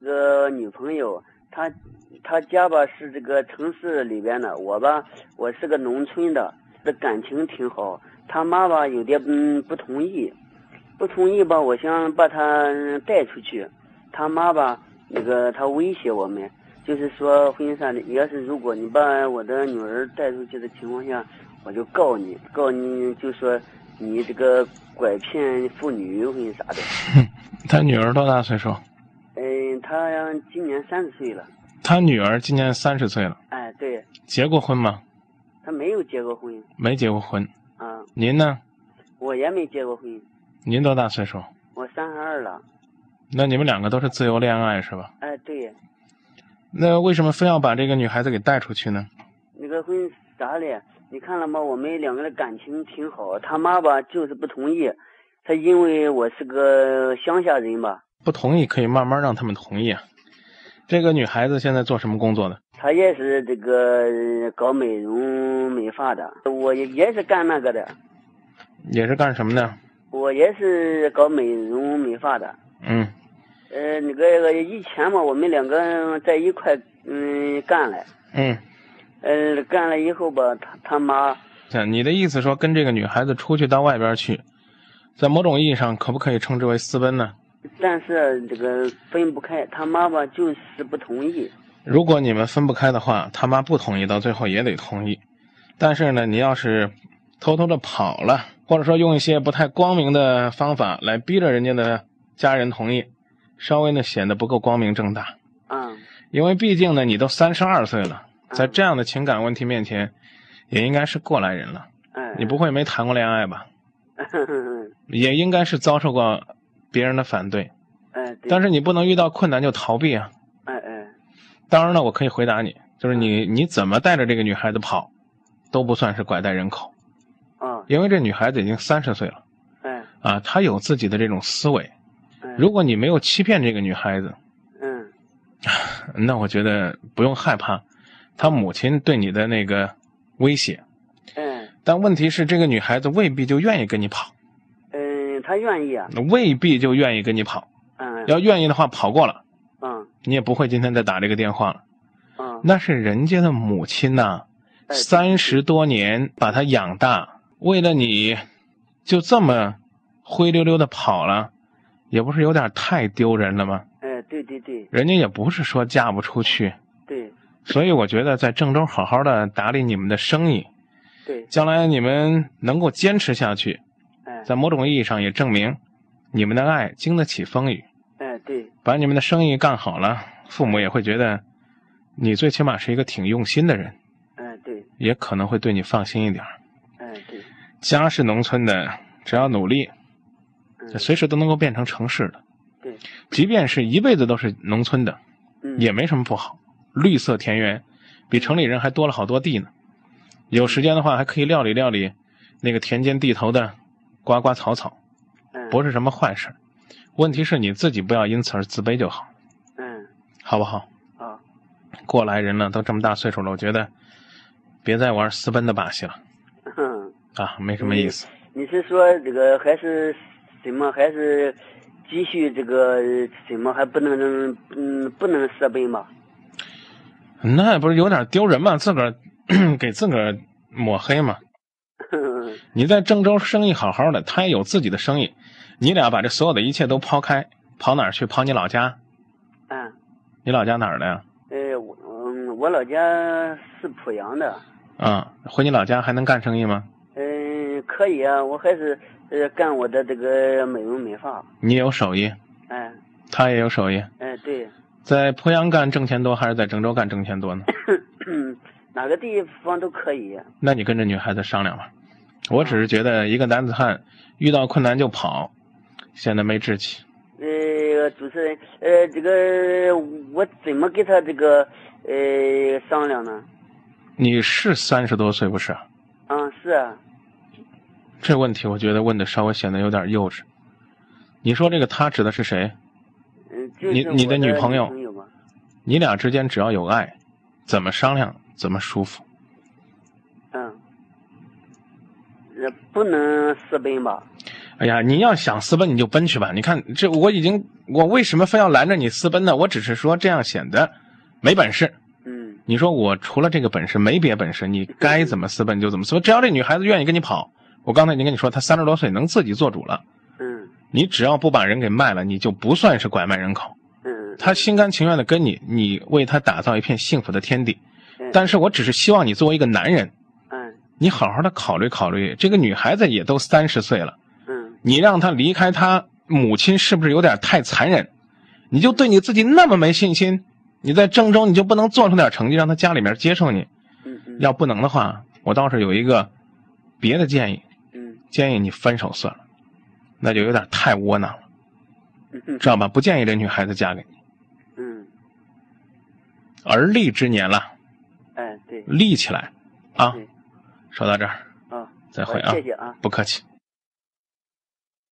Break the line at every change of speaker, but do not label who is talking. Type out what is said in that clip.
个女朋友，她她家吧是这个城市里边的，我吧我是个农村的，这感情挺好。她妈吧有点嗯不同意，不同意吧，我想把她带出去。她妈吧那个她威胁我们，就是说婚姻上的，要是如果你把我的女儿带出去的情况下，我就告你，告你就说你这个拐骗妇女婚啥的。
他女儿多大岁数？
嗯，他今年三十岁了。
他女儿今年三十岁了，
哎，对，
结过婚吗？
他没有结过婚
没结过婚。
啊，
您呢？
我也没结过婚，
您多大岁数？
我三十二了。
那你们两个都是自由恋爱是吧？
哎，对，
那为什么非要把这个女孩子给带出去呢？
那个婚啥嘞？你看了吗？我们两个的感情挺好，他妈吧就是不同意，他因为我是个乡下人吧，
不同意可以慢慢让他们同意啊。这个女孩子现在做什么工作的？
他也是这个呃搞美容美发的，我也也是干那个的，
也是干什么的？
我也是搞美容美发的。
嗯，
呃，那个以前嘛，我们两个在一块嗯干了，
嗯，
呃，干了以后吧，他他妈
这你的意思说跟这个女孩子出去到外边去，在某种意义上可不可以称之为私奔呢？
但是这个分不开，他妈妈就是不同意。
如果你们分不开的话，他妈不同意，到最后也得同意。但是呢，你要是偷偷的跑了，或者说用一些不太光明的方法来逼着人家的家人同意，稍微呢显得不够光明正大。
嗯，
因为毕竟呢，你都三十二岁了，在
嗯
这样的情感问题面前，也应该是过来人了。
哎，
你不会没谈过恋爱吧？
嗯，
也应该是遭受过别人的反对，
哎，对，
但是你不能遇到困难就逃避啊。
哎哎，
当然了，我可以回答你，就是你你怎么带着这个女孩子跑，都不算是拐带人口，
哦，
因为这女孩子已经三十岁了
哎，
啊，她有自己的这种思维。
哎，
如果你没有欺骗这个女孩子，
嗯，
那我觉得不用害怕她母亲对你的那个威胁。
哎，
但问题是，这个女孩子未必就愿意跟你跑，
嗯，他愿意啊，
未必就愿意跟你跑。
嗯，
要愿意的话，跑过了，
嗯，
你也不会今天再打这个电话了。
嗯，
那是人家的母亲呐、
哎
三十多年把他养大，为了你，就这么灰溜溜的跑了，也不是有点太丢人了吗？
哎，对对对
人家也不是说嫁不出去，
对
所以我觉得在郑州好好的打理你们的生意，
对，
将来你们能够坚持下去，
哎，
在某种意义上也证明你们的爱经得起风雨，
哎，对，
把你们的生意干好了，父母也会觉得你最起码是一个挺用心的人。
哎，对，
也可能会对你放心一点儿。
哎，对，
家是农村的，只要努力，
嗯，
随时都能够变成城市的。
对，
即便是一辈子都是农村的，
嗯，
也没什么不好。绿色田园比城里人还多了好多地呢。有时间的话，还可以料理料理那个田间地头的瓜瓜草草，
嗯
不是什么坏事儿。问题是你自己不要因此而自卑就好，
嗯，
好不好？
啊，
过来人了，都这么大岁数了，我觉得别再玩私奔的把戏了
哼。
啊，没什么意思。
你是说这个还是什么？还是继续这个呃什么？还不能嗯不能设备吗？ 嗯
那不是有点丢人吗？自个儿 给自个儿抹黑嘛。你在郑州生意好好的，他也有自己的生意，你俩把这所有的一切都抛开，跑哪儿去？跑你老家？
嗯，
你老家哪儿的呀？
呃，我嗯我老家是濮阳的，
啊，回你老家还能干生意吗？
嗯、可以啊，我还是呃干我的这个美容美发，
你也有手艺，
哎
他也有手艺，
哎对，
在鄱阳干挣钱多还是在郑州干挣钱多呢？
哪个地方都可以，啊
那你跟这女孩子商量吧。我只是觉得一个男子汉遇到困难就跑，显得没志气。
呃，主持人，呃，这个我怎么跟他这个呃商量呢？
你是三十多岁不是？
啊，是啊，
这问题我觉得问的稍微显得有点幼稚。你说这个他指的是谁？
嗯，就是
你你
我
的
的
女朋友
女朋友嘛，
你俩之间只要有爱，怎么商量怎么舒服。
嗯，呃，不能私奔吧？
哎呀，你要想私奔你就奔去吧。你看这我已经，我为什么非要拦着你私奔呢？我只是说这样显得没本事。
嗯
你说我除了这个本事没别本事，你该怎么私奔就怎么私奔。只要这女孩子愿意跟你跑，我刚才已经跟你说，她三十多岁能自己做主了。
嗯
你只要不把人给卖了，你就不算是拐卖人口。
嗯，
她心甘情愿的跟你，你为她打造一片幸福的天地。
嗯
但是我只是希望你作为一个男人，
嗯
你好好的考虑考虑，这个女孩子也都三十岁了，
嗯
你让她离开她母亲是不是有点太残忍？你就对你自己那么没信心，你在郑州你就不能做出点成绩，让她家里面接受你？
嗯嗯，
要不能的话，我倒是有一个别的建议，
嗯
建议你分手算了，那就有点太窝囊了，
嗯嗯
知道吧？不建议这女孩子嫁给你。
嗯，
而立之年了，
哎对
立起来啊！
对
说到这儿，
啊，
再会
好
啊
谢谢啊。
不客气。